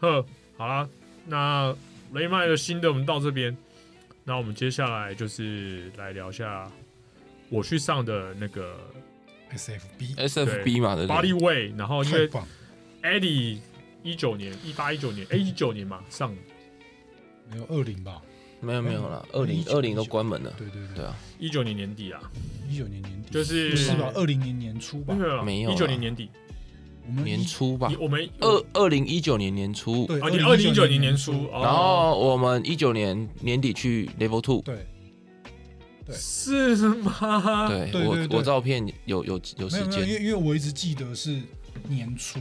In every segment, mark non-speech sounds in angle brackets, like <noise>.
呵，好啦，那雷曼的新的我们到这边，那我们接下来就是来聊一下我去上的那个 SFB SFB 嘛，对不 Body 对？ Way，然呃后因太 <laughs> 为棒， Eddie 一九年、一八、一九年，哎，一九年嘛上没有二零吧？没有没有啦，二零19二零都关门了，对对对对，啊，一九年年底啊啦，一九年年底就是是吧？二零年年初吧，没有啦一九年年底，我们年初吧你，我们二二零一九年年嗯初，对哦，你二零一九2019年年初，初，哦然后我们一九年年底去 Level Two，对，对是吗？对啊对对我对我照片有有有没有没时有，因间，为因为我一直记得是年初，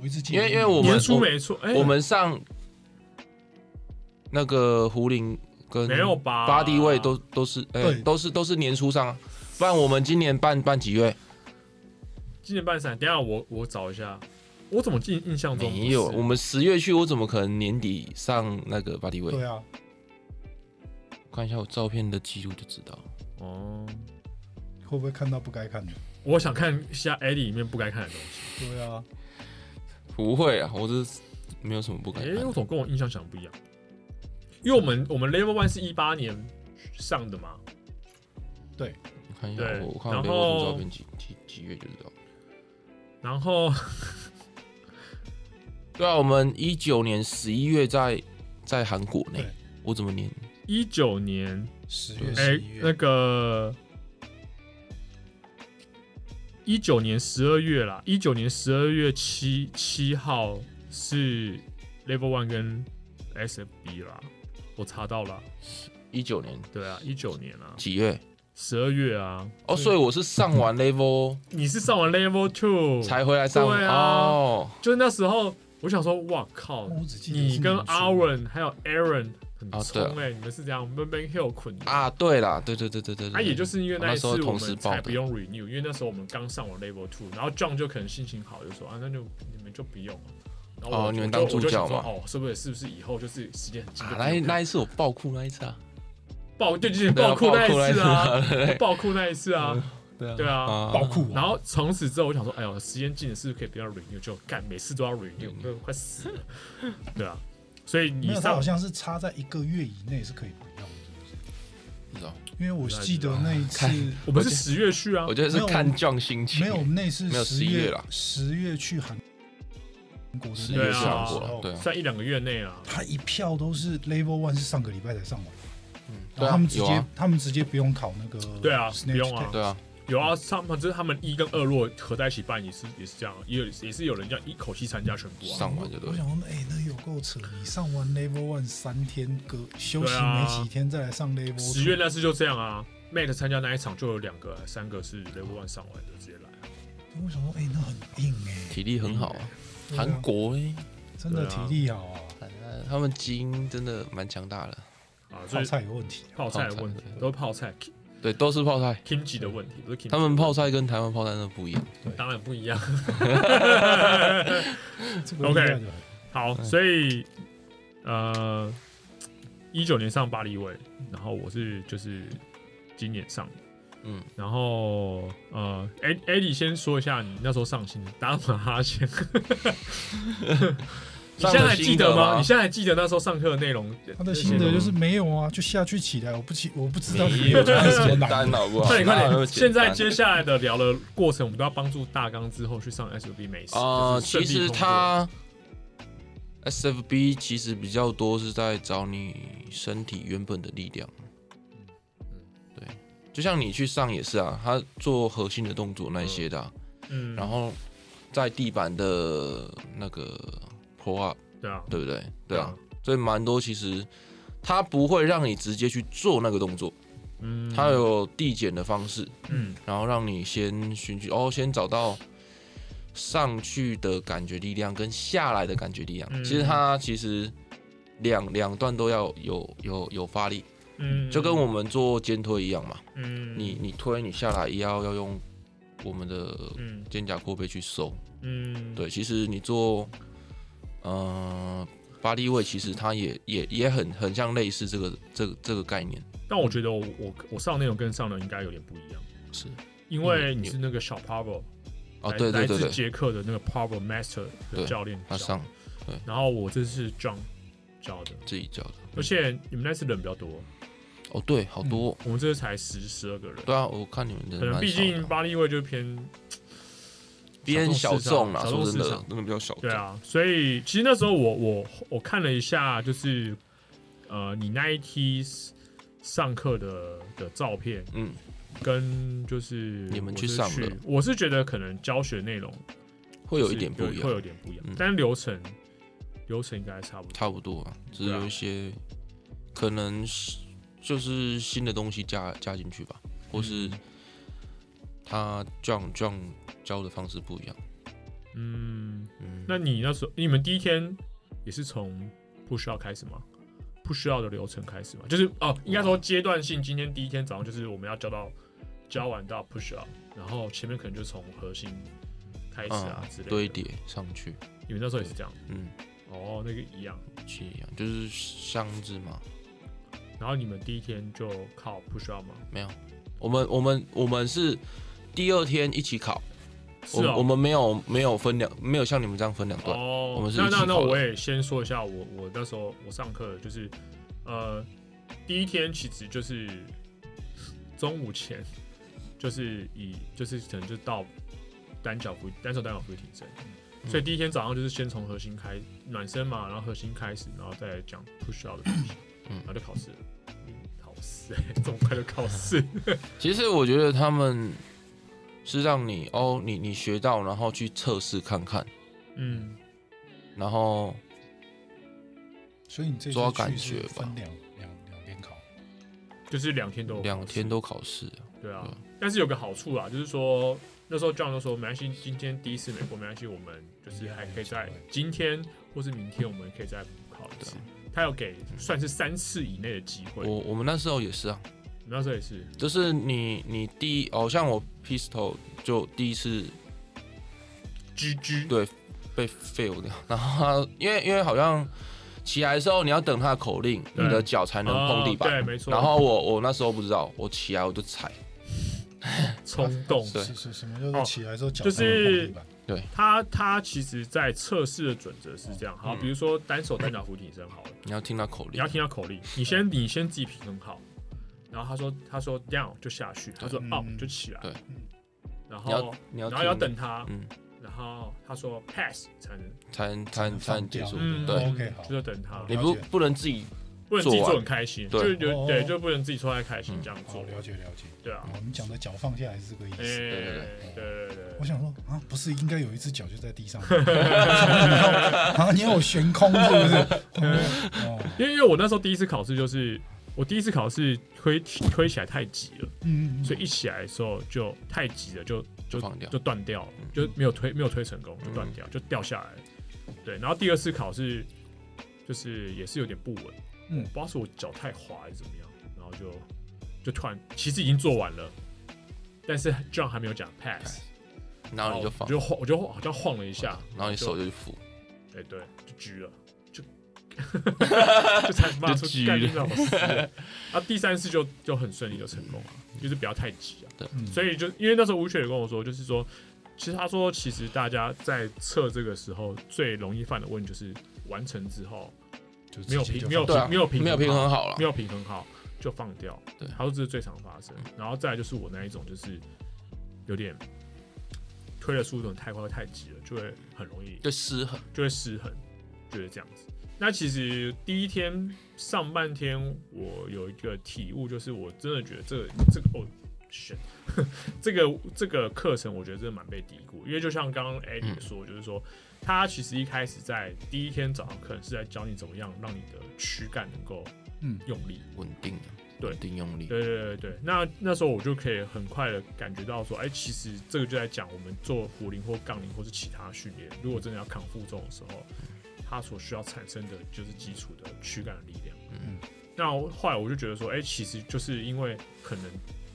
我一直记得因为是因为我们年初没错，哎，我们上那个胡林跟没有吧？八地位都都是，哎、对都是都是年初上啊，不然我们今年办办几月？今年办散，等一下我我找一下，我怎么印印象中没有，不是我们十月去，我怎么可能年底上那个八地位？对啊，看一下我照片的记录就知道。哦，会不会看到不该看的？我想看一下 Eddie 里面不该看的东西。对啊，不会啊，我这没有什么不敢哎、看的。我怎么跟我印象想的不一样？因为我们我们 Level One 是一八年上的嘛，我看一下对，我我看然后我被我的照片几几几月就知道。然后对啊，我们一九年十一月在在韩国呢对。我怎么年？一九年，十月哎、十一月那个一九年十二月啦，一九年十二月七七号是 Level One 跟 SFB 啦，我查到了，一九年对啊，一九年啊，几月？十二月啊，哦，所以我是上完 level 哦 <laughs> 你是上完 Level Two 才回来上。对啊哦，就是那时候，我想说，哇靠，我只记得是你跟年初 Aaron 还有 Aaron 很啊冲哎、你们是这样 Ben Ben Hill 捆的。啊，对啦，对对对对对对。啊，也就是因为那一次那时候我同时们报的才不用 renew，因为那时候我们刚上完 level two，然后 John 就可能心情好，就说啊，那就你们就不用了。然后我哦你们我当就我就助教想说嘛哦，是不是是不是以后就是时间很紧啊就，不那一用那看一次我爆哭那一次啊，爆对就是对啊爆哭那一次啊爆，哭那一次啊爆哭那一次啊，对啊对啊。啊爆酷啊，然后从此之后，我想说，哎呦，时间近的是不是可以不要 renew，就干每次都要 renew，嗯那快死了。对啊，所以没你有，他上好像是差在一个月以内是可以不用的，不知道因为我记得那一次看我们是十月去啊我，觉得是看壮心情，没有，我们那次没有十11月啦十月去韩国的十那月个去时上过候了，，对啊，算一两个月内啊。他一票都是 Level One 是上个礼拜才上完的，然对后啊他们直有接啊，他们直接不用考那个对啊 Snatch 不用啊 Test 对啊，有啊，他们就是他们一跟二如果合在一起办也是也是这样，也有也是有人这样一口气参加全部啊。上完就对我了。想说，哎、那有够扯！你上完 Level One 三天，隔休息对啊没几天再来上 Level Two，十月那次就这样啊，Mate 参加那一场就有两个、三个是 Level One 上完就直接来啊、我想说，哎、那很硬哎、体力很好啊，对啊韩国哎、真的对体啊力好啊，呃他们基因真的蛮强大的，啊，所泡以菜有 <laughs> 问题、啊。泡菜的问题泡菜都是泡菜对，都是泡菜。 kimchi 的问题，不是 kimchi。他们泡菜跟台湾泡菜真的不一样。当然不一样。啊这个 OK 厉害的好，所以呃，一九年上巴黎位，然后我是就是今年上的。嗯，然后呃，艾艾迪先说一下你那时候上新的打马哈 <laughs> 欠，你现在还记得吗？你现在还记得那时候上课的内容？嗯他的心得就是没有啊，就下去起来，我不起，我不知道 <laughs> 没有这那样么子简难单，啊好不好？快点快哪有那点！么简现在单接下来的聊的过程，我们都要帮助大纲之后去上 SUB 美食。就啊，是其顺利通实过它 SFB 其实比较多是在找你身体原本的力量。对，就像你去上也是啊，他做核心的动作那一些的啊、嗯，然后在地板的那个 pro up，对啊，对不对？对啊，，所以蛮多其实它不会让你直接去做那个动作，嗯，它有递减的方式，嗯然后让你先循序，哦，先找到上去的感觉力量跟下来的感觉力量。嗯其实它其实两两段都要有有有发力，嗯，就跟我们做肩推一样嘛。嗯你你推你下来也要要用我们的嗯肩胛阔背去收。嗯对，其实你做呃巴力位，其实它也也也很很像类似这个这个这个概念。但我觉得我我我上内容跟上的应该有点不一样，是因为你是那个小 Pavel，嗯哦，来对对来对自对，捷克的那个 Pavel Master 的对教练他教上对然后我这是 John 教的，自己教的。而且你们那次人比较多，哦，对，好多哦、我们这次才十十二个人，对啊，我看你们嗯人可能蛮毕少竟的啊，巴黎会就偏偏小众啦，小众市场小众说真市的场，那个比较小众。对啊，所以其实那时候我我我看了一下，就是呃，你那一期上课的的照片，嗯，跟就是你们我去是上去的，我是觉得可能教学内容会有一点不是一会有样，点不一样，嗯但流程流程应该差不多。差不多啊，只是对啊有一些可能是就是新的东西加加进去吧，或是嗯他 John John 教的方式不一样。嗯，嗯，那你那时候你们第一天也是从 push out 开始吗？push out 的流程开始吗？就是哦，应该说阶段性，今天第一天早上就是我们要教到教完到 push out，然后前面可能就从核心开始啊、之类嗯，的。堆叠上去，你们那时候也是这样嗯，哦，那个一样。是一样，就是箱子嘛，然后你们第一天就靠 push out 吗？没有，我们我们我们是第二天一起考，是我哦，我们没有没有分两，没有像你们这样分两段，哦，我们是那一起那那考的我也先说一下我，我那时候我上课就是，呃，第一天其实就是中午前，就是以就是可能就到单脚俯单手单脚俯卧撑挺身，嗯所以第一天早上就是先从核心开暖身嘛，然后核心开始，然后再讲 push out 的东 <coughs> 西，嗯然后就考试了。嗯考试、 <laughs> 欸，这么快就考试？其实我觉得他们是让你哦，你你学到，然后去测试看看，嗯，然后所以你这次抓感去是觉吧分两两两边考，哦就是两天都有两考试天都考试。对啊对，但是有个好处啦，就是说那时候 John 都说没关系，今天第一次美国没关系，我们就是还可以在今天或是明天，我们可以再补考一次。他有给算是三次以内的机会，我我们那时候也是啊，那时候也是，就是你你第一哦，像我 pistol 就第一次 GG 对被 fail 掉，然后他因为因为好像起来的时候你要等他的口令，对你的脚才能碰地哦板。对，没错。然后我我那时候不知道，我起来我就踩，冲动，对是是什么叫做起来之后脚就才能碰是地板他他其实在测试的准则是这样，好，嗯比如说单手单脚俯挺身好了，你要听他口你令要，听到口令，你先你先自己平衡好，然后他说他说 down 就下去，他说嗯 up 就起来，对然后你要你要然后要听等他，嗯，然后他说 pass 才能，才能才能才放能结掉束，嗯对。 ，OK 好就，是等他了，解你不不能自己不能自己做完做很开心，对就是有哦对，就不能自己坐在开心嗯这样好做，了解了解。对啊，哦，你讲的脚放下来是这个意哎，思。对对对对我对，想说啊，不是应该有一只脚就在地上 <laughs> 吗 <laughs> 啊？你要我悬空是 <laughs> 不是？哦，因为因为我那时候第一次考试就是我第一次考试推推起来太急了，嗯，所以一一起来的时候就太急了，就就放掉就断掉了嗯，就没有推没有推成功，就断嗯掉，就掉下来了。对，然后第二次考试就是也是有点不稳，嗯，嗯不知道是我脚太滑还是怎么样，然后就就突然其实已经做完了，但是 John 还没有讲 pass，然后啊你就放啊我，哦就晃，我就好像晃了一下，然后你手就去扶，哎对，就狙了， <laughs> 就就才骂出就狙干了你 <laughs> 老师了，然后第三次就就很顺利就成功了，啊就是不要太急啊。所以就因为那时候吴雪也跟我说，就是说，其实他说，其实大家在测这个时候最容易犯的问题就是完成之后就没有直平接就没有对啊，没有平衡没有平衡好了没，有平衡好就放掉。啊对嗯他说这是最常发生。然后再来就是我那一种，就是有点推的速度太快太急了，就会很容易就失衡，就会失衡，就是这样子。那其实第一天上半天，我有一个体悟，就是我真的觉得这个这个哦，选 <laughs> 这个这个课程，我觉得真的蛮被低估，因为就像刚刚 e d d 说，就是说他其实一开始在第一天早上可能是在教你怎么样让你的躯干能够嗯用力，稳定啊，对稳定用力，对对对对，那那时候我就可以很快的感觉到说，哎、其实这个就在讲我们做壶铃或杠铃或是其他训练，如果真的要扛负重的时候，它所需要产生的就是基础的躯干的力量。嗯嗯，那我后来我就觉得说，哎、其实就是因为可能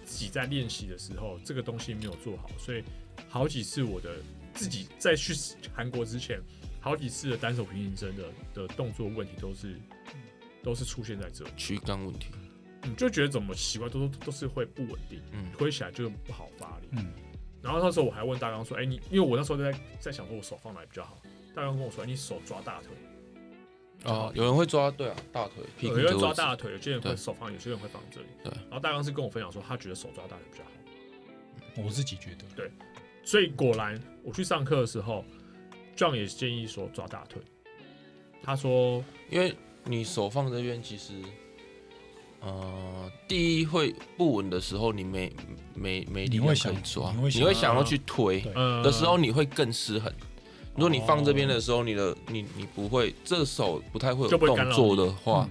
自己在练习的时候，这个东西没有做好，所以好几次我的自己在去韩国之前，好几次的单手平行身的的动作问题都是都是出现在这里。躯干问题，你就觉得怎么奇怪，都都都是会不稳定，嗯推起来就不好发力。嗯然后那时候我还问大纲说：“哎、你因为我那时候在在想说，我手放哪里比较好？大刚跟我说，你手抓大腿，哦，有人会抓，对啊，大腿、屁股有这个人位抓置，大腿，有些人会对手放，有些人会放这里。对然后大刚是跟我分享说，他觉得手抓大腿比较好。我自己觉得，所以果然，我去上课的时候，John 也建议说抓大腿。他说因为你手放这边，其实，呃，第一会不稳的时候，你没没没力你会量可想以抓，你会想你会想要去推对呃的时候，你会更失衡。如果你放这边的时候，你的你你不会，这手不太会有哦就不会干动扰嗯作的话，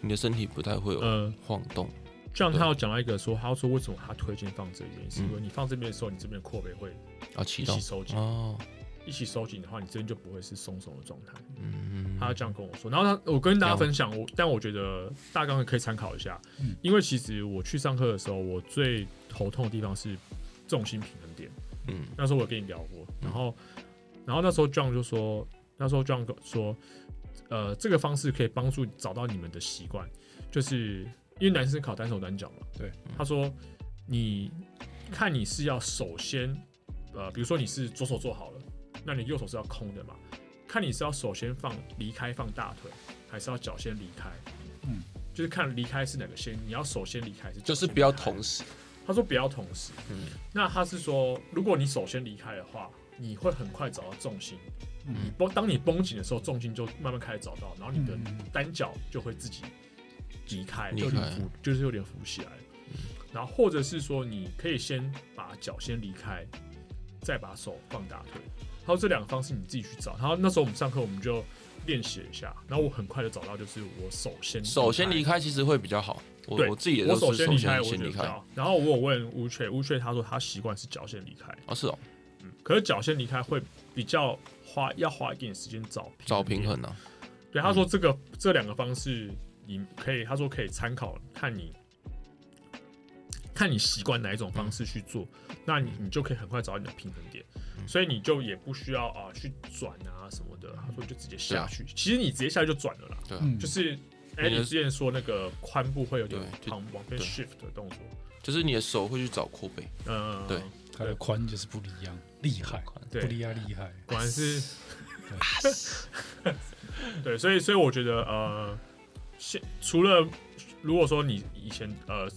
你的身体不太会有呃晃动。 ，John 对他有讲到一个说，他说为什么他推荐放这边，是因为嗯你放这边的时候，你这边的阔背会啊，一启动起收紧，哦，一起收紧的话，你这边就不会是松松的状态。嗯，他这样跟我说，然后他我跟大家了解分享，我但我觉得大纲可以参考一下嗯，因为其实我去上课的时候，我最头痛的地方是重心平衡点。嗯那时候我跟你聊过，然后，然后那时候 John 就说，那时候 John 跟我说，呃，这个方式可以帮助找到你们的习惯，就是因为男生考单手单脚嘛，对，他说你看你是要首先，呃，比如说你是左手做好了，那你右手是要空的嘛，看你是要首先放离开放大腿，还是要脚先离开，嗯，就是看离开是哪个先，你要首先离开是脚就是先不要离开同时，他说不要同时，嗯那他是说，如果你首先离开的话，你会很快找到重心。嗯你绷，当你绷紧的时候，重心就慢慢开始找到，然后你的嗯嗯嗯单脚就会自己离开，离有点开嗯浮，就是有点浮起来。然后或者是说，你可以先把脚先离开，再把手放大腿。他说这两个方式你自己去找。然后那时候我们上课我们就练习了一下，然后我很快就找到，就是我手先首先离开其实会比较好。我对我自己也我都首是先首离开，先我觉先得离比开较。好。然后我有问吴雀，吴雀他说他习惯是脚先离开，哦，是哦，嗯，可是脚先离开会比较花，要花一点时间找平找平点。衡啊。对，他说这个、这两个方式你可以，他说可以参考，看你看你习惯哪一种方式去做，那你你就可以很快找到你的平衡点，嗯所以你就也不需要啊去转啊什么的。他说就直接对下啊去，其实你直接下去就转了啦，对啊，嗯，就是。哎，你你的之前说那个髋部会有点对就往往边对 shift 的动作，就是你的手会去找扩背，嗯，对它的宽就是不一样，厉害，对不一样厉害，果然是，对，所以所以我觉得呃，现除了如果说你以前呃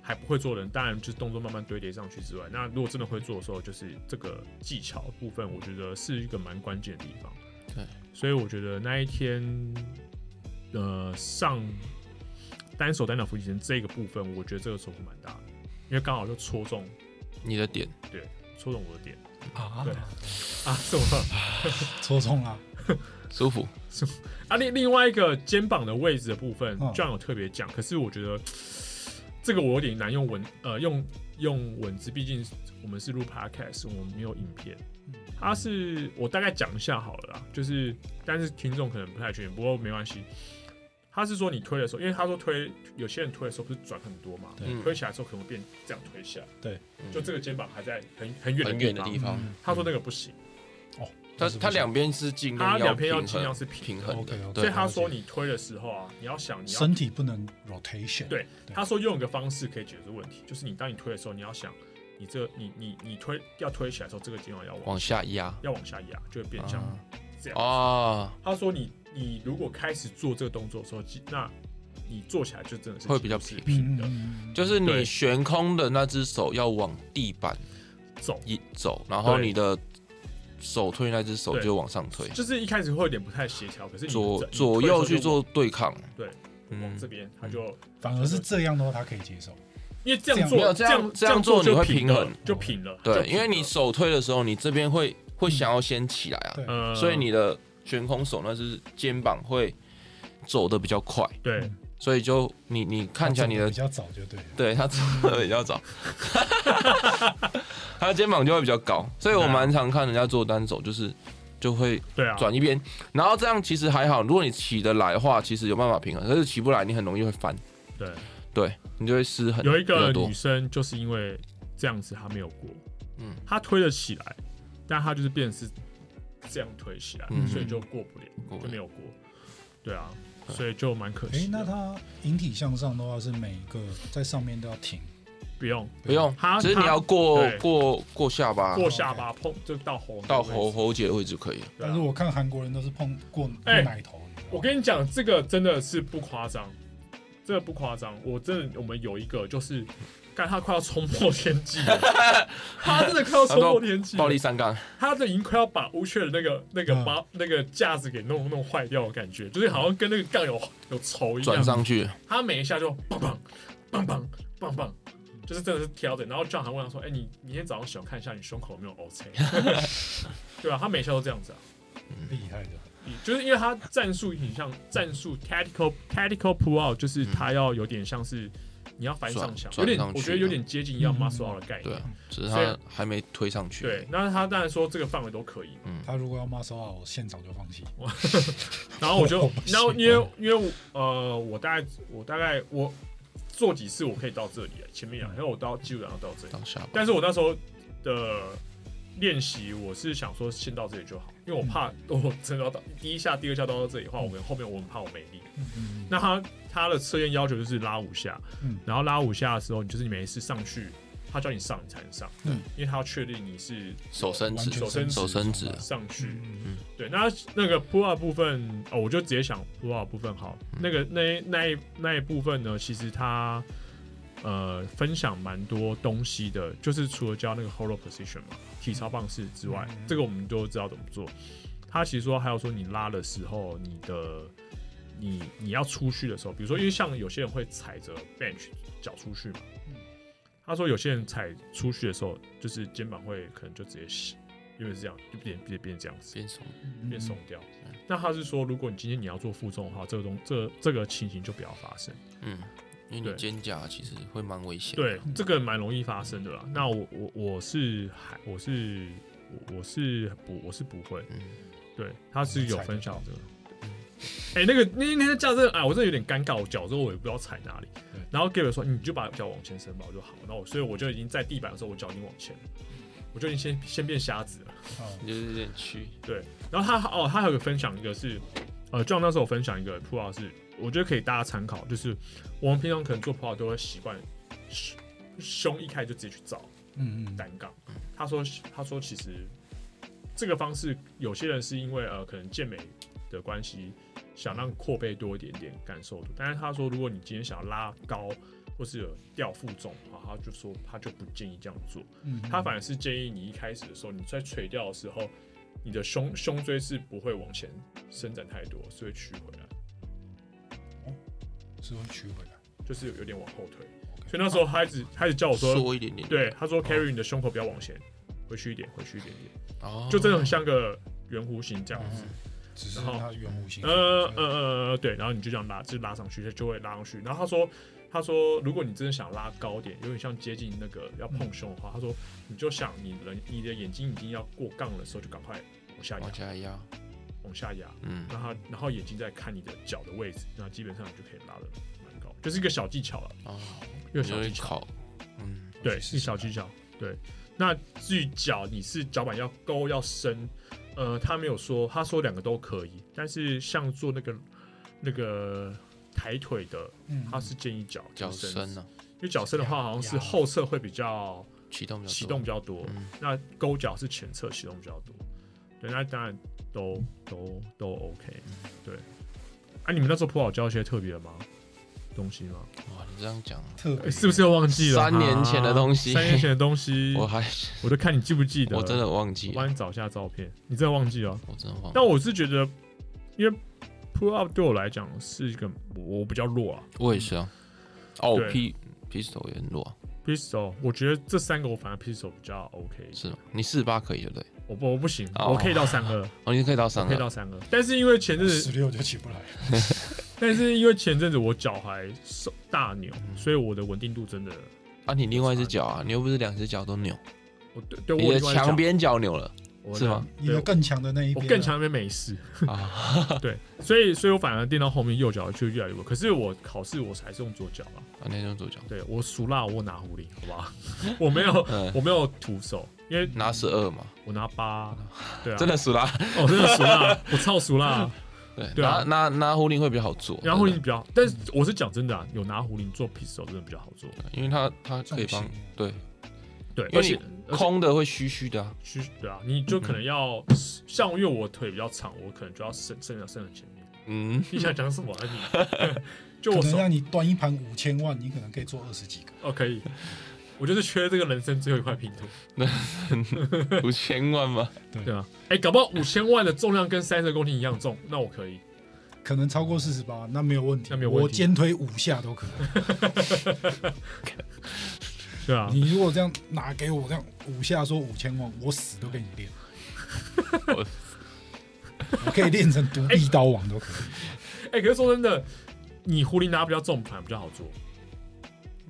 还不会做的人，当然就是动作慢慢堆叠上去之外，那如果真的会做的时候，就是这个技巧部分，我觉得是一个蛮关键的地方。对，所以我觉得那一天呃上单手单脚俯卧撑这个部分，我觉得这个收获蛮大的，因为刚好就戳中你的点戳中我的点啊对，啊，什么？戳中啊了，舒服。啊，另另外一个肩膀的位置的部分嗯，这样有特别讲，可是我觉得这个我有点难用文呃用用文字，毕竟我们是录 podcast，我们没有影片。嗯它是我大概讲一下好了啦，就是但是听众可能不太确定，不过没关系。他是说你推的时候，因为他说推有些人推的时候不是转很多嘛，对嗯嗯，推起来的时候可能会变这样推下来，对，就这个肩膀还在很很远很远的方地。方。嗯他说那个不行，哦，它但是不它行两边是尽它量两边平要衡，尽量是平平衡衡的。 OK，OK 对所以他了解说你推的时候啊，你要想你要身体不能 rotation，对，对他说用一个方式可以解决问题，就是你当你推的时候，你要想，你这你你你推要推起来的时候，这个肩膀要往往下压要往下压，就会变像这样。啊，他说你你如果开始做这个动作的时候，肌那你做起来就真的是会比较肌肉是嗯平的嗯，就是是对你悬空的那只手要往地板走。一走，然后对你的手推那只手对就往上推，就是一开始会有点不太协调，可是你左你左推的时候右去就做对抗。对，嗯往这边，他就嗯反而是这样的话，他可以接受，因为这样没做有这样这这样做就你会平平了衡就平了。就对，平嗯因为你了手推的时候，你这边会会想要先起来啊，对呃，所以你的悬空手那只肩膀会走的比较快，对所以就你你看起来你他走得的比较早就对了， <laughs> 对他走的比较 <laughs> 早，他的肩膀就会比较高，所以我蛮常看人家做单手，就是就会对啊，转一边，然后这样其实还好，如果你起得来的话，其实有办法平衡，但是起不来，你很容易会翻，对。对你就会失衡，有一个多女，生就是因为这样子，她没有过，嗯她推得起来，但她就是变成是这样推起来，嗯所以就过不了，过不了就没有过，对啊，所以就蛮可诶，惜的。那他引体向上的话是每一个在上面都要停，不用不用他，只是你他要过对过过下巴，过下巴碰就到喉啊到喉喉，喉结的位置可以。对但啊是我看韩国人都是碰过过哎奶头，你知道吗我跟你讲，这个真的是不夸张，这个不夸张。我真的，我们有一个就是，干他快要冲破天际了， <laughs> 他真的快要冲破天际了，啊暴力三杠，他这已经快要把乌雀的那个那个嗯把、那个架子给弄弄坏掉的感觉，就是好像跟那个杠有有仇一转样。上去，啊他每一下就棒棒棒棒棒棒，就是真的是挑的。然后教还问他说：“哎、你明天早上起来我看一下你胸口有没有 O C？” <laughs> 对啊，他每一下都这样子啊。厉害的，就是因为他战术很像战术 tactical tactical pull out，就是他要有点像是你要反上墙，有嗯转点转上去我觉得有点接近要嗯 muscle out 的概对念。啊，只是所他以还没推上去。对，，那他当然说这个范围都可以嘛。他如果要 muscle out，我现场就放弃。然后我就 <laughs> 我不，行然后因为因为我呃，我大概我大概我做几次我可以到这里，前面两，因为我到基本上到这里。到下巴但是我那时候的练习，我是想说先到这里就好，因为我怕、嗯 <laughs> 我真的要到第一下、第二下到到这里的话，我们后面我很怕我没力。嗯那他他的测验要求就是拉五下，嗯然后拉五下的时候，你就是你每一次上去，他叫你上你才能上，嗯因为他要确定你是手伸完直，全手伸直手伸直，上去。嗯对，那那个 pull up 部分，哦，我就直接想 pull up 部分好了。那个那那一那一部分呢，其实他呃分享蛮多东西的，就是除了教那个 hollow position 嘛，体操棒式之外，嗯这个我们都知道怎么做。他其实说还有说你拉的时候，你的你你要出去的时候，比如说因为像有些人会踩着 bench 脚出去嘛，他说有些人踩出去的时候，就是肩膀会可能就直接洗，因为是这样，就变变变这样子。变松，嗯变松掉。那他是说，如果你今天你要做负重的话，这个东这这个情形就不要发生。嗯，因为对你肩胛其实会蛮危险。对，这个蛮容易发生的啦。那我我我是还我是我我是不我是不会，嗯，对，他是有分享这个。哎、那个那那个架子，哎，我真的有点尴尬，我脚之后我也不知道踩哪里对。然后 Gabe 说，你就把脚往前伸吧，我就好。那我所以我就已经在地板的时候，我脚已经往前了，我就已经先先变瞎子了。啊你就是有点虚，对，然后他哦，他还有个分享，一个是，呃，John 那时候有分享一个 p u l 是，我觉得可以大家参考，就是我们平常可能做 p u l 都会习惯胸胸一开就直接去找嗯嗯单杠。他说他说其实这个方式，有些人是因为呃可能健美的关系，想让阔背多一点点感受度，但是他说如果你今天想要拉高或是有掉负重的话，他就说他就不建议这样做。嗯，他反而是建议你一开始的时候，你在垂钓的时候，你的胸胸椎是不会往前伸展太多，是会曲回来，是会取回来。就是有点往后退。 OK 所以那时候他一直他一直叫我说，缩一点点。对，他说 Carry 你的胸口不要往前，回去一点，回去一点点，哦，就真的很像个圆弧形这样子。只是然后他圆弧形。呃呃呃，对，然后你就这样拉，就拉上去，它就会拉上去。然后他说，他说，如果你真的想拉高点，有点像接近那个要碰胸的话，他说，你就想你人你的眼睛已经要过杠的时候，就赶快往下压往，下压，往下压，嗯，让它然后眼睛在看你的脚的位置，那基本上你就可以拉的蛮高，就是一个小技巧了，哦，一个嗯你小就技会巧，考，嗯，对，是是小技巧，对。那至于脚，你是脚板要勾要伸，呃，他没有说，他说两个都可以，但是像做那个那个抬腿的，嗯他是建议脚脚伸伸，啊呢，因为脚伸的话好像是后侧会比较启动比较多启动，比较多，嗯那勾脚是前侧启动比较多，对，那当然都都都 OK，对。啊，你们那时候普老教一些特别的吗？东西吗？哇，你这样讲，啊特别诶 <laughs> 是不是又忘记了？三年前的东西啊三年前的东西，我我还就看你记不记得。我真，的忘记我了帮，你找一下照片。你真的忘记了？我真的忘了，但我是觉得，因为 pull up 对我来讲是一个我我比较弱啊我也是啊，哦，我对劈劈手也很弱啊， ，pistol，我觉得这三个我反而 pistol 比较 OK，是吗？你四十八可以对不对？我不我不行，哦我可以到三二，哦，你可以到三我可以了，到三二，但是因为前阵子十六就起不来了？但是因为前阵子我脚还受大扭，嗯所以我的稳定度真的，啊，你另外一只脚啊，你又不是两只脚都扭，我对对你我的另外一墙脚边脚扭了我的是吗？你的对更强的那一我边，更强那边没事，啊， <laughs> 对，所以所以我反而练到后面右脚就越来越稳，可是我考试我还是用左脚了，啊，那种左脚对我熟辣我拿狐狸，好不好？ <laughs> 我没有嗯我没有徒手，因为拿十二嘛，我拿八，对啊，真的数啦， <laughs> 哦真的熟辣，我超熟辣，对，对啊拿拿拿壶铃会比较好做，然后你真的比较，但嗯是我是讲真的啊，有拿壶铃做 pistol 真的比较好做，因为它它可以重帮心对对，因而为且你空的会虚虚的啊，去对啊，你就可嗯能要像因为我腿比较长，我可能就要伸伸到伸很前面。嗯，你想讲什么啊你？ <laughs> 就可我能手让你端一盘五千万，你可能可以做二十几个。哦可以，我就是缺这个人生最后一块拼图，五千万嘛，对啊，哎，搞不好五千万的重量跟三十公斤一样重，那我可以。可能超过四十八，那没有问题。那没有问题我肩推五下都可以。对啊，你如果这样拿给我这样五下说五千万，我死都跟你练。 <laughs> 我我可以练成独臂刀王都可以。哎，可是说真的，你壶铃拿比较重，反而比较好做。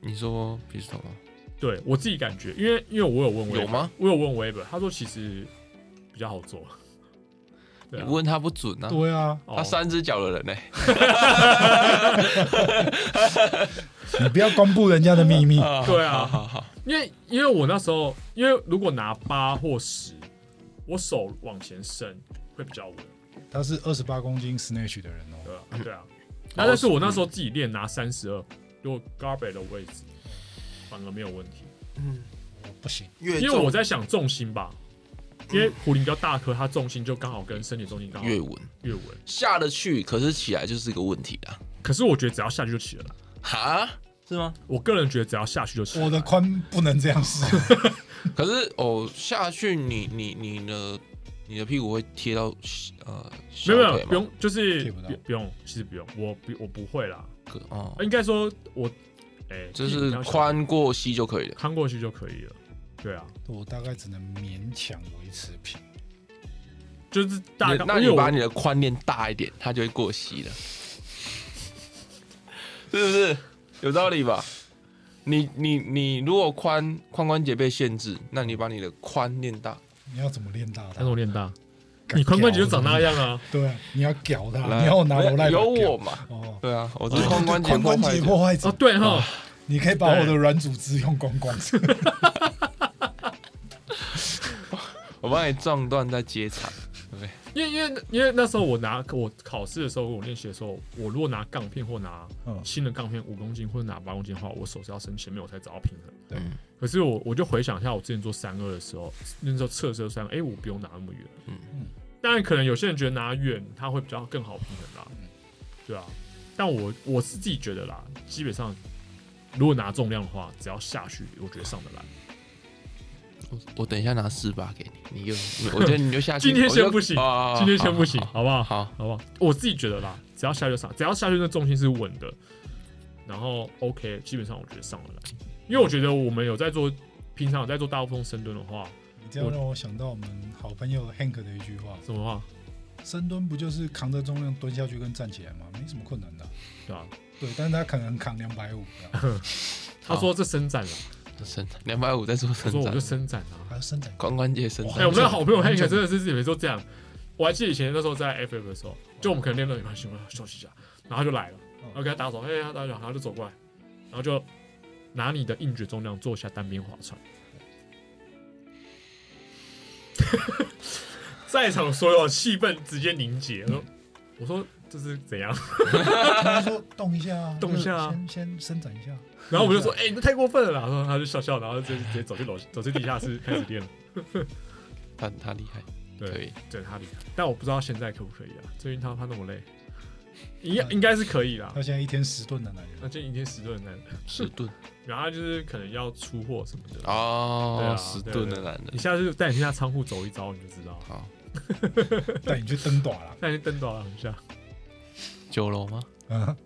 你说 pistol 吗？对我自己感觉，因为因为我有问 Weber, 有吗？我有问 Weber，他说其实比较好做。对你啊，问他不准啊，对啊，哦他三只脚的人呢、你不要公布人家的秘密。 <laughs> 啊对啊好好好，因为因为我那时候，因为如果拿八或十，我手往前伸会比较稳，他是二十八公斤 snatch 的人哦，对吧、嗯对啊。那但是我那时候自己练拿三十二，就 garbage 的位置，反而没有问题，嗯，我不行。越因为我在想重心吧。因为壶铃比较大颗，它重心就刚好跟身体重心刚好越稳越稳。下得去，可是起来就是个问题啊。可是我觉得只要下去就起得来，哈，是吗？我个人觉得只要下去就起得来。我哦的髋不能这样试，可是哦，下去你你你的你的屁股会贴到呃，没小有没有，腿吗不用，就是贴不到不不用，其实不用，我不我不会啦。可哦，应该说我，哎、就屁股是比较小宽过膝就可以了。看过去就可以了。对啊，我大概只能勉强维持平。就是大你概那因为你我把你的宽练大一点，它就会过膝了， <laughs> 是不是？有道理吧？你你你如果髋髋关节被限制，那你把你的髋练大，你要怎么练大那种它？练大，你髋关节就长那样 <laughs> 啊。对啊，你要屌它，来你要拿我来有我嘛？哦。对啊，我是对对对髋关节髋关节破坏哦破坏者，，者对哈，你可以把我的软组织用光 <laughs> 光。我帮你撞断再接场，对不对？因为因为因为那时候我拿我考试的时候，我练习的时候，我如果拿杠片或拿嗯新的杠片五公斤或者拿八公斤的话，我手是要伸前面，我才找到平衡。对嗯可是我我就回想一下，我之前做三二的时候，那时候测试三，哎、我不用拿那么远。嗯嗯当然可能有些人觉得拿远它会比较更好平衡啦，嗯对啊。但我我是自己觉得啦，基本上如果拿重量的话，只要下去，我觉得上得来。啊我我等一下拿四把给你，你就你我觉得你就下去。今天先我就不行哦今天先不行，好好不好？好好好不好？我自己觉得啦，只要下就上，只要下去那重心是稳的，然后 OK，基本上我觉得上得来。因为我觉得我们有在做平常有在做大部分深蹲的话，你这样让我想到我们好朋友 Hank 的一句话：什么话？深蹲不就是扛着重量蹲下去跟站起来吗？没什么困难的啊。对吧、对，但是他可能扛两百五，他说这伸展了，伸两百五再做我伸说我展就，伸展啊。还要伸展。髋关节伸哎、展我。们的好朋友完 Hank 整真的是每次都这样。我还记得以前那时候在 FF 的时候，就我们可能练到一半，休息休息一下，然后他就来了，嗯然后给他打手，哎、他打手，然后他就走过来，然后就拿你的硬举重量做一下单边划 <laughs> 船。在场所有气氛直接凝结嗯了。我说这是怎样？他说动一下啊，动一下啊先先伸展一下。然后我们就说，哎、你这太过分了啦。然后他就笑笑，然后就直接走去楼，走去地下室开始练了。他他厉害，可对以，对，他厉害。但我不知道现在可不可以啊？最近他他那么累，应该应该是可以啦。他现在一天十顿的男那 <laughs> 人，这一天十顿男，十吨然后他就是可能要出货什么的。对哦啊，十吨的男你人，下次就带你去他仓库走一遭，你就知道。了。好，带你去蹬短了。带你去登岛一下，九楼吗？嗯，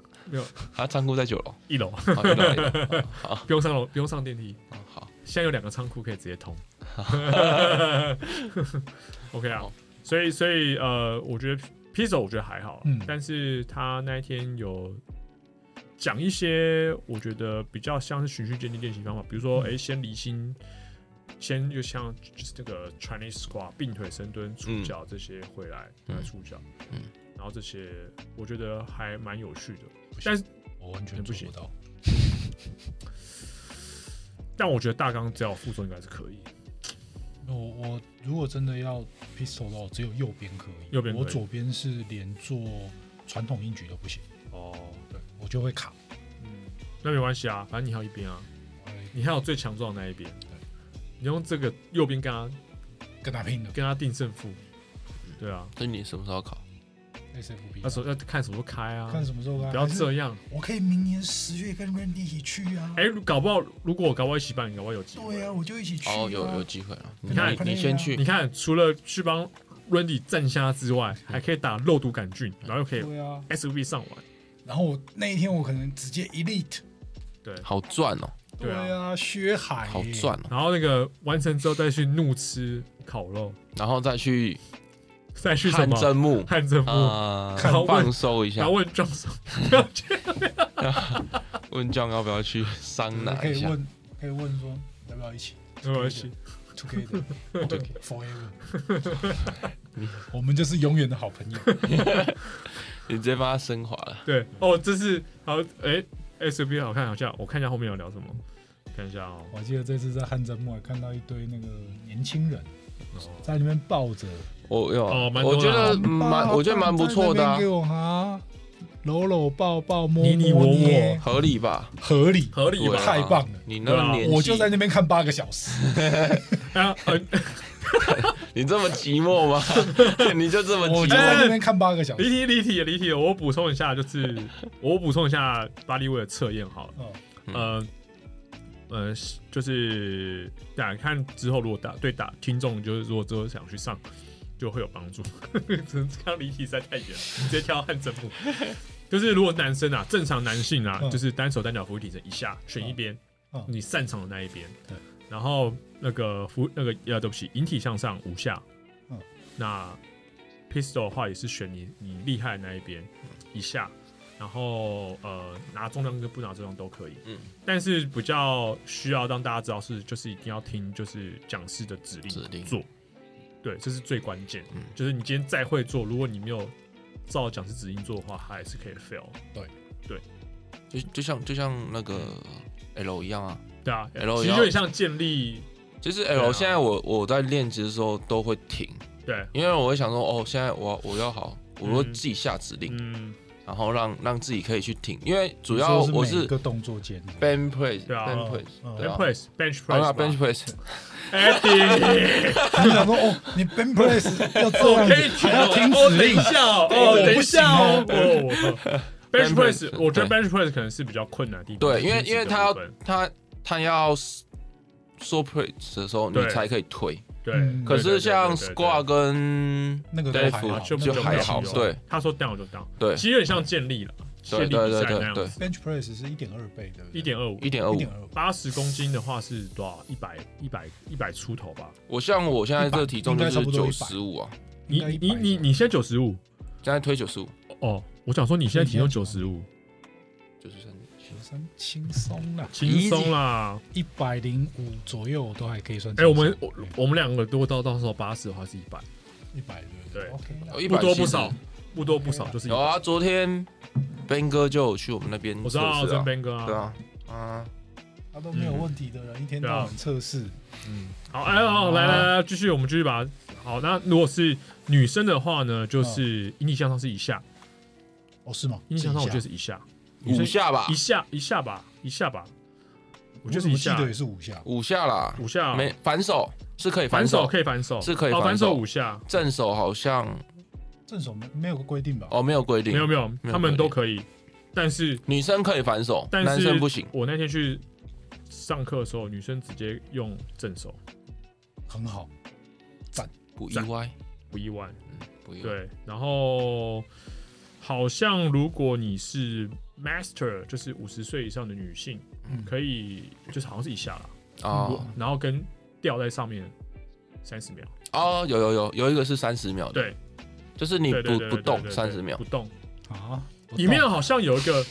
他仓库在九楼，一楼好，一楼一楼好好不用上楼，不用上电梯。好，现在有两个仓库可以直接 <laughs> 通。OK 啊好，所以所以呃，我觉得 p i z o 我觉得还好，嗯但是他那一天有讲一些我觉得比较像是循序渐进练习方法，比如说哎、诶先离心，先就像就是那个 Chinese squat 并腿深蹲、触角这些回来嗯来触角，嗯然后这些我觉得还蛮有趣的，行但是我完全不做行不到。但我觉得大纲只要附送应该是可以，我我如果真的要 pistol 的话，我只有右边可以，右边可以我左边是连做传统硬举都不行，哦，对我就会卡。嗯，那没关系啊，反正你还有一边啊，哎你还有最强壮的那一边，你用这个右边跟他跟他拼的跟他定胜负，对啊，所以你什么时候考？ SFB，嗯那时候要看什么时候开啊，啊看什么时候开，不要还是这样，我可以明年十月跟 Randy 一起去啊。哎、如搞不好如果我搞不好一起办，搞不好有机会。对啊，我就一起去、啊。哦，有有机会啊！你你看你先去你，看，除了去帮 Randy 站虾之外，还可以打肉毒杆嗯菌，然后又可以对啊， SV 上完。然后我那一天我可能直接 elite。好赚哦，对啊啊，薛海、好赚。哦，然后那个完成之后再去怒吃烤肉，然后再去再去什汗么蒸木汗蒸部，啊，看问放松一然下后，问壮手，问酱要不要去桑拿可一以下？问，可以问说要不要一起没关系， <laughs> together forever。我们就是永远的好朋友。你直接帮他升华了。对哦，这是好哎、SV 好看，好像我看一下后面有聊什么，看一下哦，我记得这次在汗蒸木还看到一堆那个年轻人哦在那边抱着，我有，哦蛮多我觉的啊得嗯蛮，我觉得蛮不错的啊哦在那边给，我啊，搂搂抱抱摸摸你你我我捏合理吧？合理，合理对吧？啊太棒了啊你那个年纪，我就在那边看八个小时。啊，呃你这么寂 <laughs> 寞吗？ <laughs> 你就这么我寂就寞？在那边看八个小离时。题离题离题，我补充一下，就是我补充一下巴利威的测验好了。哦，呃呃，就是大家看之后，如果打对打听众，就是如果之后想去上，就会有帮助。 <laughs> 真是刚离题实在太远了，直接跳到汉字幕。 <laughs> 就是如果男生啊，正常男性啊，嗯就是单手单脚俯卧撑一下，选一边，嗯你擅长的那一边。对。然后那个俯那个呃，对不起，引体向上五下。嗯。那 pistol 的话也是选你你厉害的那一边嗯一下，然后呃拿重量跟不拿重量都可以。嗯，但是比较需要让大家知道是，就是一定要听就是讲师的指令指令做，对，这是最关键。嗯就是你今天再会做，如果你没有照讲师指令做的话，它还是可以 fail。就就像就像那个 L 一样啊。对啊 L 其实有点像建立其实对啊 L 现在我我在练级的时候都会停，对，因为我会想说，哦，现在我我要好，我会自己下指令，嗯，然后让让自己可以去停，因为主要你说我是每一是个动作间， bench press 对啊 bench press 嗯对 bench 啊 press bench 好啦 press bench press 哎，停， <laughs> 你想说哦，你 ben press 要这我样可以子，停还要哦，听哦指等一令，下哦，我哦等一不行下哦哦，哦 <laughs> bench Bench press， press，我觉得对 bench press 可能是比较困难的地方，对，因为就是因为这个他要部分他他要 s- 说 press 的时候，你对才可以推。对，嗯可对啊是像 squat 跟那个都还好 deadlift 就就还好，比较轻对他说 down 就 down，对其实有点像建立了，建对立比对赛对那对样对子，， bench press 是一点二倍的，一点二五一，点二一五。点二五，八十公斤的话是多少？一百一百一百出头吧。我像我现在这个体重就应该差是不多九100十五啊，你你你你现在九十五现在推九十五，哦，我想说你现在体重你九现在十五，九十三。三轻松啦，轻松啦。一百零五左右都还可以算哎、轻我松。们我我们两个如果到到时候八十的话是一百，一百对不对对？OK 啦哦，一不百多不少，不多不少就是一有百。啊，昨天 Ben 哥就有去我们那边我知测道试郑啊，边哥啊，对啊，啊，他都没有问题的人，一天到晚测试，嗯好，哎、好，来来嗯来，继续，我们继续把好。那如果是女生的话呢，嗯就是引体向上是一下，哦是吗？引体向上我记觉一得下是一下，女生五下吧一，下一下吧，一下吧，我我觉觉得是得一下记得也是五下，五下啦，五下、啊没反手是可以反手手，可以反手，是可以哦，反手反手五下，正手好像正手没没有个规定吧？哦没有规定，没有没有，有他们都可以，但是女生可以反手，但是男生不行，我那天去上课的时候，女生直接用正手，很好，不意外，不意外。嗯，不意外，对，然后好像如果你是 master，就是五十岁以上的女性，嗯可以就是好像是一下啦，哦然后跟吊在上面三十秒，哦，有有有有一个是三十秒的，对，就是你对对不对不对对动对三十秒不，动。啊。不里面动好像有一个，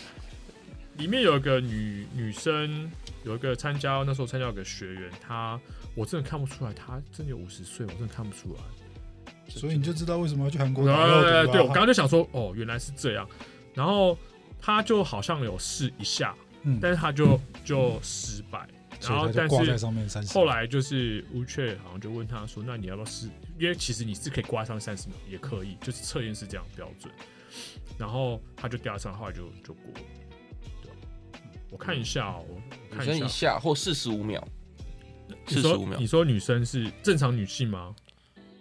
里面有一个女女生，有一个参加那时候参加有个学员，她我真的看不出来，她真的有五十岁，我真的看不出来。所以你就知道为什么要去韩国打肉毒啊啊对了。对，我刚刚就想说，哦，原来是这样。然后她就好像有试一下，嗯但是她就就失败，所然后以他但就挂在是上面三十。后来就是乌雀好像就问他说，那你要不要试？因为其实你是可以挂上三十秒，也可以，就是测验是这样标准。然后他就掉上，后来就就过了。对啊，我看一下、哦，我我女看生一一下，下或四十五秒，你四十说五秒你。说女生是正常女性吗？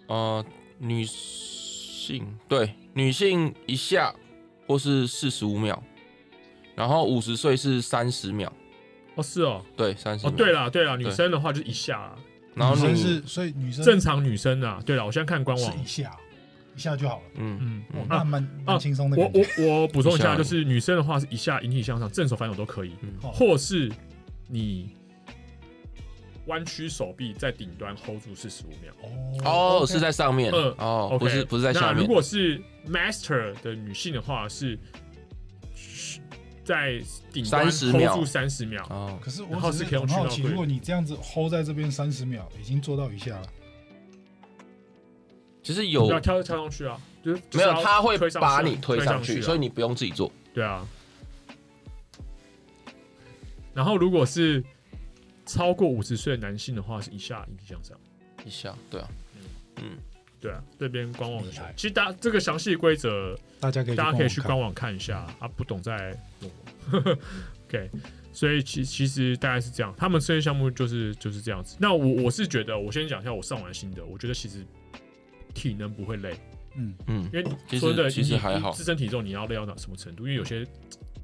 呃，女性对女性一下或是四十五秒，然后五十岁是三十秒，哦，是哦，对，三十哦，秒。对啦，对啦，女对生的话就一下啊啦，然后女女生是，所以女生正常女生啊。对了，我现在看官嗯是网一，下一下就好了，嗯嗯，哦嗯，那蛮啊蛮轻松的我感觉。我我补充一一下，下就是女生的话是一下引体向上、正手反手都可以，嗯哦或是你弯曲手臂在顶端 hold 住四十五秒。哦 OK 是在上面嗯哦， OK，不是不是在下那面如，果是 master 的女性的话，是在顶端30秒 hold 住三十秒。哦，可是然我后只是可以用很去好到奇，柜如果你这样子 hold 在这边三十秒，已经做到一下了，其实不有要跳跳上去啊，就是哦没有他会推上去啊把你推推上去去，啊，所以你不用自己做。对啊。然后如果是超过五十岁的男性的话，是一下引体向上。一下，对啊，嗯，对啊，这边官网有写厉害。其实大家这个详细规则，大家可以大家可以去逛官网看一下嗯啊，不懂再问我。OK，所以其其实大概是这样，他们这些项目就是就是这样子。那我我是觉得，我先讲一下我上完新的，我觉得其实体能不会累，嗯，嗯，因为其实说真的其实你还你好自身体重你要累到哪什么程度？因为有些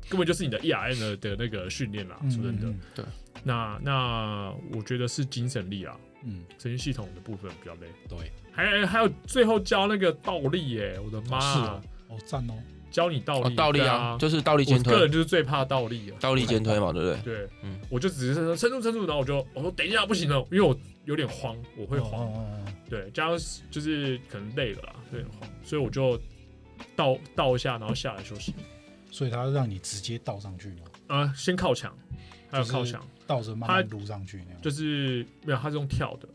根本就是你的 ERM 的的那个训练啦，嗯说真的。嗯那那我觉得是精神力啊，嗯，神经系统的部分比较累。对，还还有最后教那个倒立耶、我的妈、是哦哦赞哦，教你倒哦立，倒立对啊啊，，就是倒立我肩个推人，就是最怕倒立啊。倒立肩推嘛，对不对？对，嗯我就只是说撑住撑住，然后我就我说等一下不行了，因为我有点慌，我会慌，哦，哦哦对，加上就是可能累了啦，有点慌，所以我就倒倒一下，然后下来休息。所以他让你直接倒上去嘛，啊，先靠墙，还有就是靠墙，倒着慢慢撸上去那样，就是没有，它是用跳的，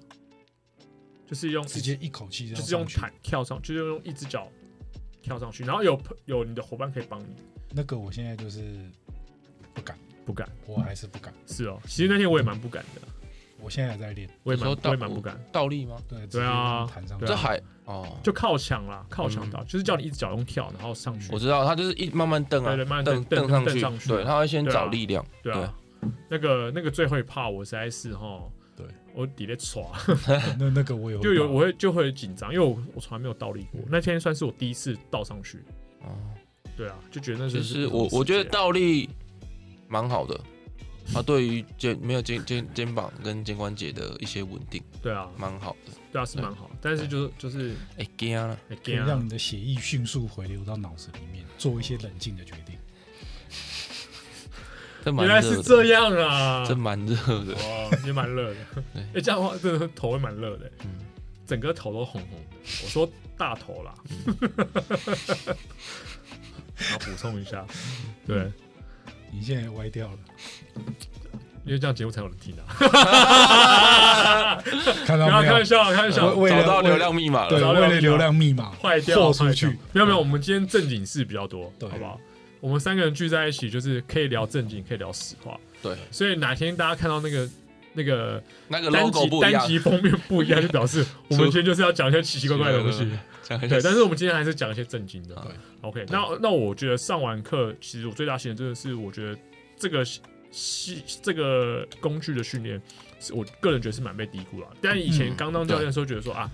就是用直接一口气这就样是用上去。弹跳上，就是用一只脚跳上去，然后有朋有你的伙伴可以帮你，那个我现在就是不敢，不敢我还是不敢，是哦，其实那天我也蛮不敢的，我现在还在练。我也蛮你说我倒也蛮不敢。倒立吗？对，直对接啊弹上去对啊这还哦，就靠墙啦，靠墙倒，就是叫你一只脚用跳，然后上去我。知道，他就是一慢慢蹬啊对对，慢慢啊蹬蹬上蹬上去对，他会先对啊找力量，对啊，那个那个最会怕，我实在是哈，对我底在耍， <laughs> 那那个我也会就有怕我会就会紧张，因为我我从来没有倒立过，那天算是我第一次倒上去。哦，对啊，就觉得那其是实我我觉得倒立蛮好的，它对于肩没有肩肩肩膀跟肩关节的一些稳定对啊，蛮好的。对啊是蛮好，但是就是就是哎，惊了，很可以怕让你的血液迅速回流到脑子里面，做一些冷静的决定。这蛮原来是热的，这样啊，这蛮热的。哦，也蛮热的。 <laughs> 对哎，这样的话真的头会蛮热的，欸嗯整个头都红红的。我说大头啦，嗯 <laughs> 然后补充一下，嗯对。你现在歪掉了，因为这样节目才有人听啊！看不到要没有开玩？笑，啊开玩我笑，为了找到为流量密码对，找了，到流量为了流量密码坏掉，啊豁出坏掉去。没有没有，我们今天正经事比较多，对好不好？我们三个人聚在一起，就是可以聊正经，可以聊实话。对，所以哪天大家看到那个那个那个单 logo 集不一单样，集封面不一 <laughs> 样，就表示我们今天就是要讲一些奇奇怪怪的东西。讲一下对，但是我们今天还是讲一些正经的。啊 OK，那那我觉得上完课，其实我最大心得真的是，我觉得这个系这个工具的训练，是我个人觉得是蛮被低估了。但以前嗯刚当教练的时候，觉得说、啊，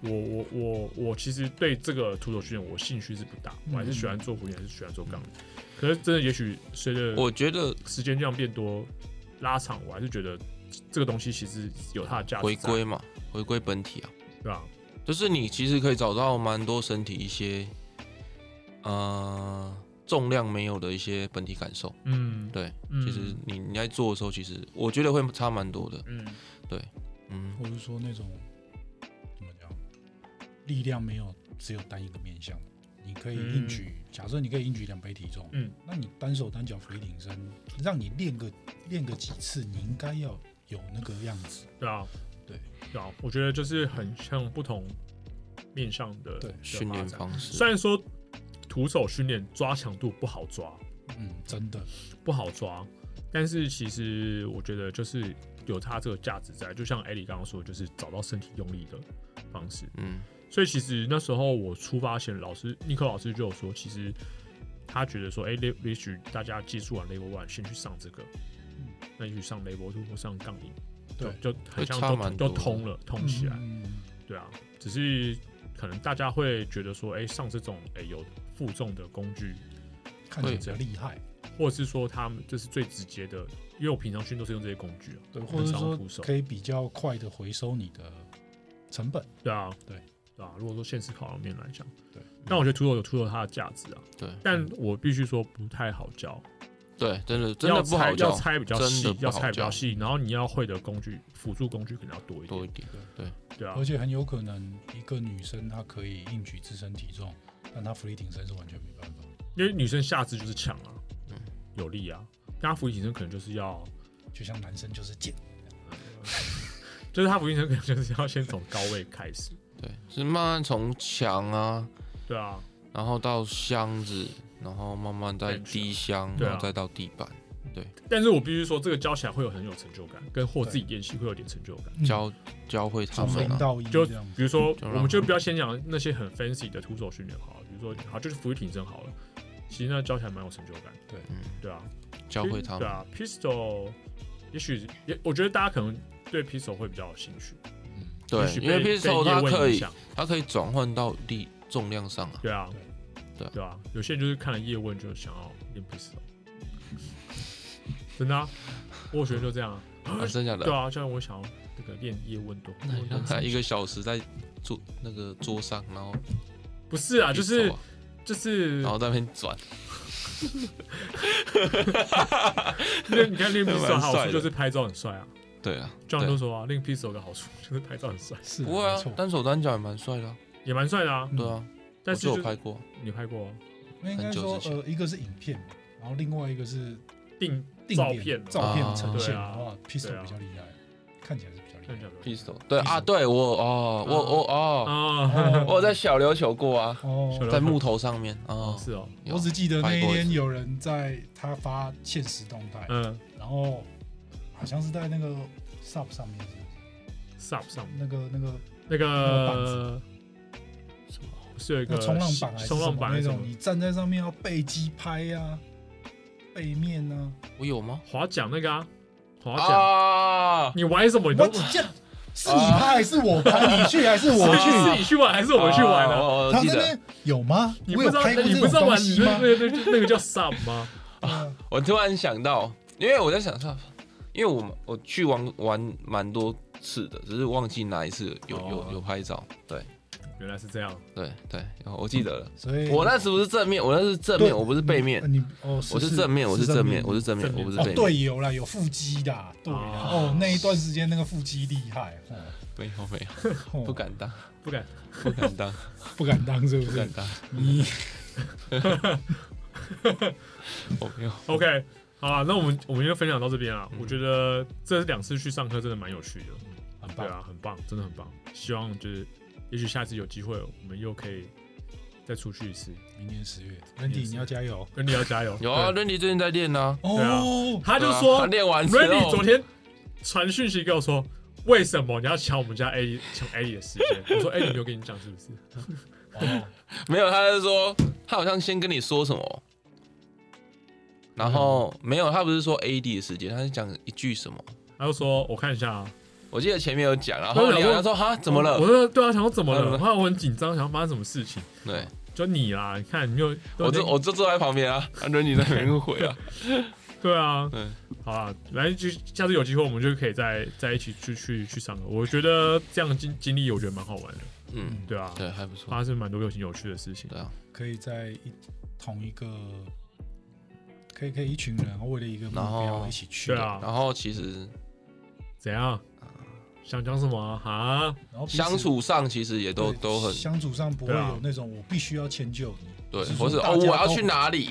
我我我我其实对这个徒手训练我兴趣是不大，我还是喜欢做壶铃，还是喜欢做杠嗯铃。可是真的，也许随着我觉得时间这样变多，拉长，我还是觉得这个东西其实有它的价值在，回归嘛，回归本体啊，对吧？就是你其实可以找到蛮多身体一些，呃，重量没有的一些本体感受。嗯，对，嗯其实你你在做的时候，其实我觉得会差蛮多的。嗯，嗯，或者说那种怎么讲，力量没有只有单一个面向，你可以嗯硬举，假设你可以硬举两倍体重，嗯，那你单手单脚俯卧撑，让你练个练个几次，你应该要有那个样子。对啊，对对啊，我觉得就是很像不同面向的对的训发练展。方式虽然说徒手训练抓强度不好抓，嗯，真的，不好抓，但是其实我觉得就是有它这个价值在。就像艾莉刚刚说的，就是找到身体用力的方式。嗯所以其实那时候我出发前，老师尼克老师就有说，其实他觉得说，哎、也也许大家接触完 Level One，先去上这个，那也许上 Level Two 或上杠铃，嗯对就就很像会差都蛮都多的通了，通起来。嗯对啊，只是可能大家会觉得说，哎、上这种哎、有负重的工具，看起来比较厉害，或者是说他们这是最直接的，因为我平常训都是用这些工具啊，对，很或者少用说徒手可以比较快的回收你的成本。对啊，对对啊。如果说现实考量面来讲，对，但我觉得徒手有徒手它的价值啊，对但我必须说不太好教，对，真的真要的不拆好要教，拆比较真的细，不要好拆比较教细，然后你要会的工具辅助工具可能要多一多一点，点，对啊而，且很有可能一个女生她可以硬举自身体重，但她浮力挺身是完全没办法。因为女生下肢就是强啊嗯，有力啊，但她俯卧撑可能就是要。就像男生就是减，就是他不运生可能就是要先从高位开始，对，是慢慢从墙啊，对啊，然后到箱子，然后慢慢再低箱，对啊然后再到地板，但是我必须说，这个教起来会有很有成就感，跟或自己练习会有点成就感。嗯教教会他从们零啊，到一就这样子。比如说，就让我们就不要先讲那些很 fancy 的徒手训练好了，比如说好就是俯卧撑好了，其实那教起来蛮有成就感，嗯，对啊，教会他对们，啊，pistol，也许也我觉得大家可能对 pistol 会比较有兴趣，对啊也，许因为被 pistol 被叶它问可影以响它可以转换到力重量上啊，对啊，对对啊，有些人就是看了叶问就想要练 pistol，真的啊，我有学生就这样啊。 <laughs> 啊真假的对，啊，就像我想要那个练叶问多，那你让他那一个小时在桌那个桌上，然后不是啊，就一是嗯手啊哦就是然，后在那边转，那你 <laughs> 看练蛮 pistol 的好帅处的就是拍照很帅啊，对啊，这样对都说啊，练 pistol 的好处就是拍照很帅，是不会啊没，错单手单脚也蛮帅的啊，也蛮帅的啊。嗯对啊，但我是就就有拍过，你拍过啊那应该很久说之前呃，一个是影片嘛，然后另外一个是定定照点片啊照啊片呈现的对啊话对，pistol 啊比较厉害，看起来是比较厉看起来害。比较 pistol，对啊，对我哦，我我哦，啊，我有在小琉球 <laughs> 过啊，小哦，琉在球木头上面啊哦，是哦，有我只记得那一拍过一天次有人在他发现实动态，嗯然后好像是在那个 sub 上面是不是，sub 上面那个那个那那个板个子什么是有一那个个冲浪板还是冲什浪么板还那是什种，么你站在上面要背击拍呀、背面啊，我有吗？划桨那个啊，划桨，啊，你玩什么？你我都只见是你拍还是我拍？你去还是我去？是你去玩还是 <laughs> 我去玩啊？ <laughs> 哦我他记那得，边有吗？你我不有知道拍过你这不种知道东玩西那吗？那那那个叫 sub 吗？ <laughs> 啊我突然想到，因为我在想说，因为我我去玩玩蛮多次的，只是忘记哪一次有哦有有拍照，对原来是这样。对对，然后我记得了，所以我那时不是正面，我那是正嗯对面，我不是背呃面，你哦，我是正面，我是正面，我是是正面正，面我不是哦背面，对有啦，有腹肌的啊，对啦哦哦，那一段时间那个腹肌厉害，没有没有，哦不敢当，不敢，不敢当，不敢当是不不是敢？当，嗯 <laughs> 你我哦没有， OK，好啊，那我们我们就分享到这边啊。嗯我觉得这两次去上课真的蛮有趣的，很对棒，啊，很棒，真的很棒。希望就是，也许下次有机会，我们又可以再出去一次。明年十月，Randy 你要加油跟你要加油，有啊，对伦迪最近在练呢，啊哦， <laughs> 他就对啊他说练哦完之 r a n d y 后昨，天传讯息给我说，为什么你要抢我们家 A 抢 A 的时 <laughs> 间？我说 A 没有跟你讲是不是？哦没有，他是说他好像先跟你说什么，然后没有，他不是说 AD 的时间，他是讲一句什么，他就说我看一下啊，我记得前面有讲，然我后想你说好像说哈怎么我了？说对啊，想说怎么嗯了？然后我很紧张，想要发生什么事情？对，就你啦，你看你又都我已经就我就坐在旁边啊，安伦你在旁边回啊，对啊，对，好啦，来就下次有机会我们就可以再再一起去去去上课。我觉得这样的经经历我觉得蛮好玩的，嗯，对啊，对，还不错，发生蛮多有情有趣的事情。对啊，可以在一同一个，可以可以一群人，然后为了一个目然后标一起去，对啊，然后其实怎样？想讲什么啊哈？然后彼此相处上其实也都对都很相处上不会对啊有那种我必须要迁就你，对，是或说是大哦我家要都去哪里？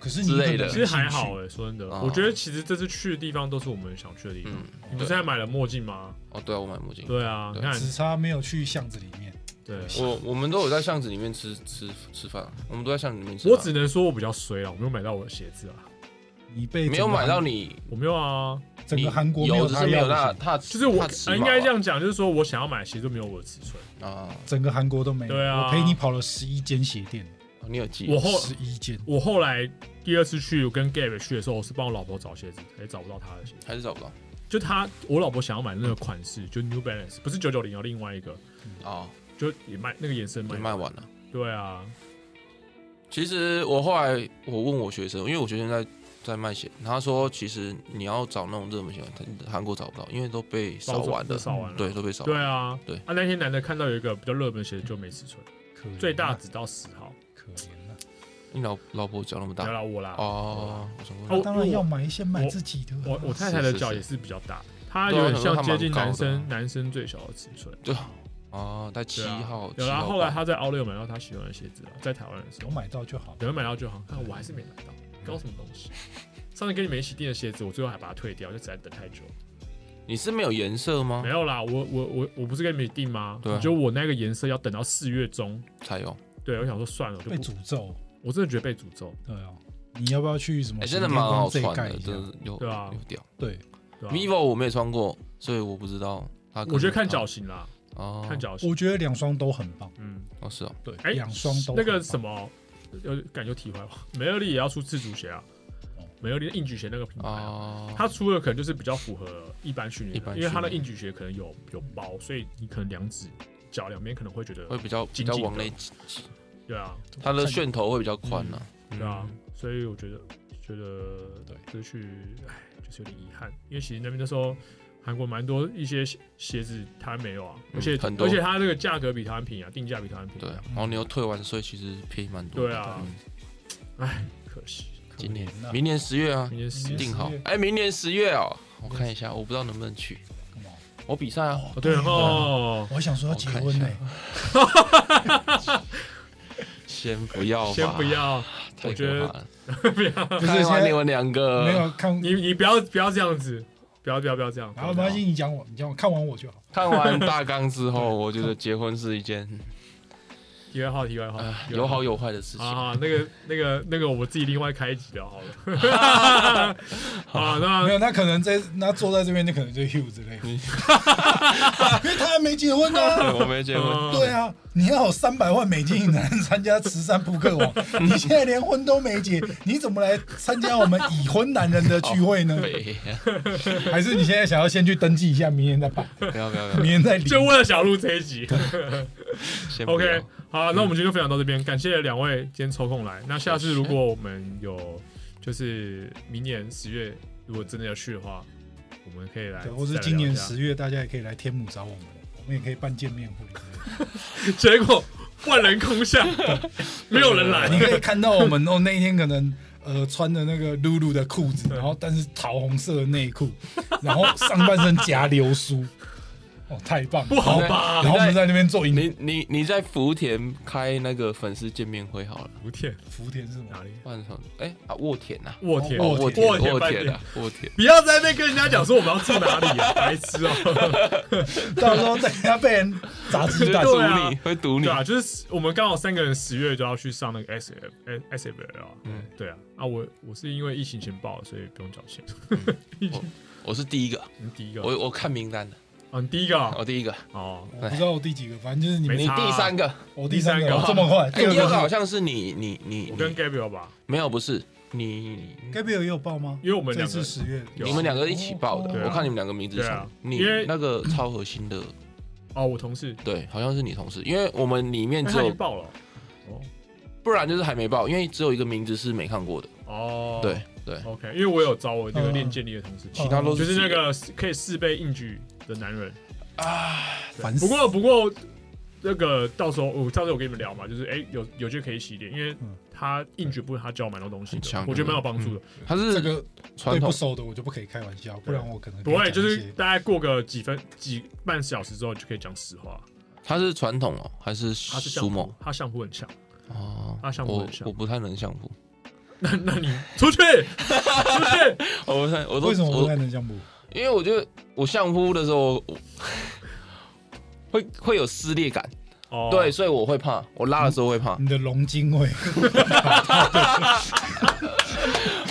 可是你之类的其实还好哎、说真的，哦我觉得其实这次去的地方都是我们想去的地方。嗯，你不是还买了墨镜吗？哦对啊，我买墨镜，对啊，你对看，只差没有去巷子里面，对。啊我我们都有在巷子里面吃吃吃饭，我们都在巷子里面吃我饭只能说我比较衰啊，我没有买到我的鞋子啊。你被没有买到你你，我没有啊，整你个韩国没有只他是没有要那的他就是我他尺码呃应该这样讲，就是说我想要买的鞋都没有我的尺寸。啊，整个韩国都没有。对啊我陪你跑了十一间鞋店，哦你有记我后十一间。我后来第二次去，我跟 Gary 去的时候，我是帮我老婆找鞋子，也找不到她的鞋子。还是找不到就她，我老婆想要买那个款式，就 New Balance，不是九九零，有另外一个，啊？就也卖那个颜色你卖。卖完了。对啊，其实我后来我问我学生，因为我学生在在卖鞋，他说其实你要找那种热门鞋，他韩国找不到，因为都被扫完都了，嗯扫完了。对，都被扫对完。啊，对啊，那天男的看到有一个比较热门的鞋子就没尺寸，可怜啊最大只到十号，可怜啊！你老老婆脚那么不要大啦我啦。哦，我想哦问，当然要买一些买自己的啊。我我太太的脚也是比较大，她有啊点像接近男生男生最小的尺寸。对哦，在七对啊号，有七啦，号后来半她在 o u 有买到她喜欢的鞋子了，啊在台湾的时有候买到就好。有人买到就好，但我还是没买到，搞什么东 <laughs> 西？上次跟你们一起订的鞋子，我最后还把它退掉，就实在等太久。你是没有颜色吗没？有啦，我我我我不是跟你们一起订吗？哦对啊就我那个颜色要等到四月中。才有，对，我想说算了，我就被不诅咒，我真的觉得被诅咒，对啊。你要不要去什么哎，行真天的蛮宫好这一穿盖的，一下？真的有对啊有屌。对，对吧、 vivo 我没有穿过，所以我不知道它跟。啊我觉得看脚型啦，哦，看脚型。我觉得两双都很棒。嗯，哦是哦，对哎，两双都那个么什么，有感觉体怀吧，梅尔利也要出自主鞋啊哦，梅尔利的硬举鞋那个品牌啊，哦，它出的可能就是比较符合一般训练一般的，训练因为它的硬举鞋可能有有包，所以你可能两指脚两边可能会觉得会比较比紧紧较的往内挤，对啊它的楦头会比较宽嗯呢。对啊，所以我觉得觉得对这去哎就是有点遗憾，因为其实那边那时候。韩国蛮多一些鞋鞋子它没有啊，嗯而且、很多而且它这个价格比台湾便宜啊，定价比台湾便宜对啊、，然后你又退完税，其实便宜蛮多的。对啊嗯可惜。今年可怜啊明年十月啊明，天十明天定好10月。哎，明年十月哦，我看一下，我不知道能不能去，干嘛我比赛啊。哦对哦，我还想说要结婚呢、先不要吧，先不要，我太可觉得怕了，不是看现完你在们两个没有看，你你不要不要这样子，不要不要不要这样。然后没关系，你讲我，你讲我看完我就好。看完大纲 <laughs> 之后，我觉得结婚是一件题外话，题外话呃， <laughs> 题外有话好有坏的事情。啊，那个那个那个，我们自己另外开一集聊好 <laughs> 了。好，没那有，那可能在那坐在这边，那可能就 Hugh 之类的，因为他还没结婚呢、 <laughs> 对我没结婚， <laughs> 呃对啊，你要有三百万美金，你才能参加慈善扑克网。你现在连婚都没结，你怎么来参加我们已婚男人的聚会 <laughs> 呢？北还是你现在想要先去登记一下，明年再办，不要不要不明要，年再离？就为了小鹿这一集。先 <laughs> 不 OK，要。好，那我们今天就分享到这边，感谢两位今天抽空来。那下次如果我们有就是明年十月，如果真的要去的话，我们可以来再对，聊一下。或是今年十月，大家也可以来天母找我们，我们也可以办见面会之类的。结果万人空 <laughs> 巷，没有人来。你可以看到我们哦，那一天可能呃穿的那个露露的裤子，然后但是桃红色的内裤， <laughs> 然后上半身夹流苏，哦，太棒了，不好然后吧然后我们在那边做影你你你在福田开那个粉丝见面会好了，福田福田是什么？哪里？换成哎啊沃田呐，沃田，哦沃田，田沃沃饭田店啊。沃田，不要在那边跟人家讲说我们要住哪里啊，白痴哦、到时候等一下被人砸鸡 <laughs> 蛋，对堵啊你会堵你对，啊，就是我们刚好三个人十月就要去上那个 S F S F L 啊。嗯对啊，啊我我是因为疫情前报的，所以不用缴钱。我是第一个，你第一个，我我看名单的，啊你第一个啊我第一个，哦，我不知道我第几个，反正就是你没们你差啊第三个，我第三个第三个这么快，哎，第二个好像像是你你你我跟你 Gabriel 吧，没有不是你 Gabriel 也有报吗？因为我们这两个次十月有你们两个一起报对啊的，我看你们两个名字对啊上，你因为那个超核心的，哦，我同事，对，好像是你同事，因为我们里面哎只他已有经报了哦。不然就是还没报，因为只有一个名字是没看过的。哦，对对， ，OK，因为我有找我那个练健力的同事，哦其他都就是是那个可以四倍硬举的男人。啊烦死不。过不过，那个到时候我到时候我跟你们聊嘛，就是哎、有有些可以洗点，因为嗯他硬举部分他教我蛮多东西很强的，的嗯我觉得蛮有帮助的。他是这个传对不统熟的我就不可以开玩笑，不然我可能不会，讲一就是些大概过个几分几半小时之后就可以讲实话。他是传统哦，还是他是苏相某扑，他相扑很强。哦他啊相扑我很像我不太能相扑，那那你出去出去，哦我不太我都为什么不我太能讲不？因为我觉得我相扑的时候 <laughs> 我会会有撕裂感，哦，对，，所以我会怕， <laughs> 我拉的时候会怕，你的龙筋会对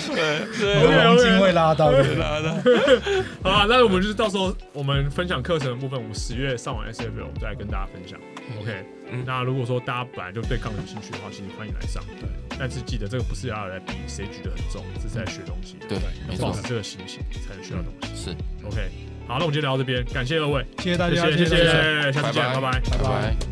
你的对，黄金会拉到的。拉的。好啊，那我们就是到时候我们分享课程的部分，我们十月上完 SFL 我们再跟大家分享。OK，、嗯那如果说大家本来就对杠有兴趣的话，其实欢迎来上。对，但是记得这个不是要来比谁举得很重，这是在学东西的。对没要错保持这个心情才能学到东西。是， OK，好，那我们今天聊到这边，感谢二位，谢谢大谢家，谢谢大家，谢，下次见，拜拜拜拜拜拜拜拜。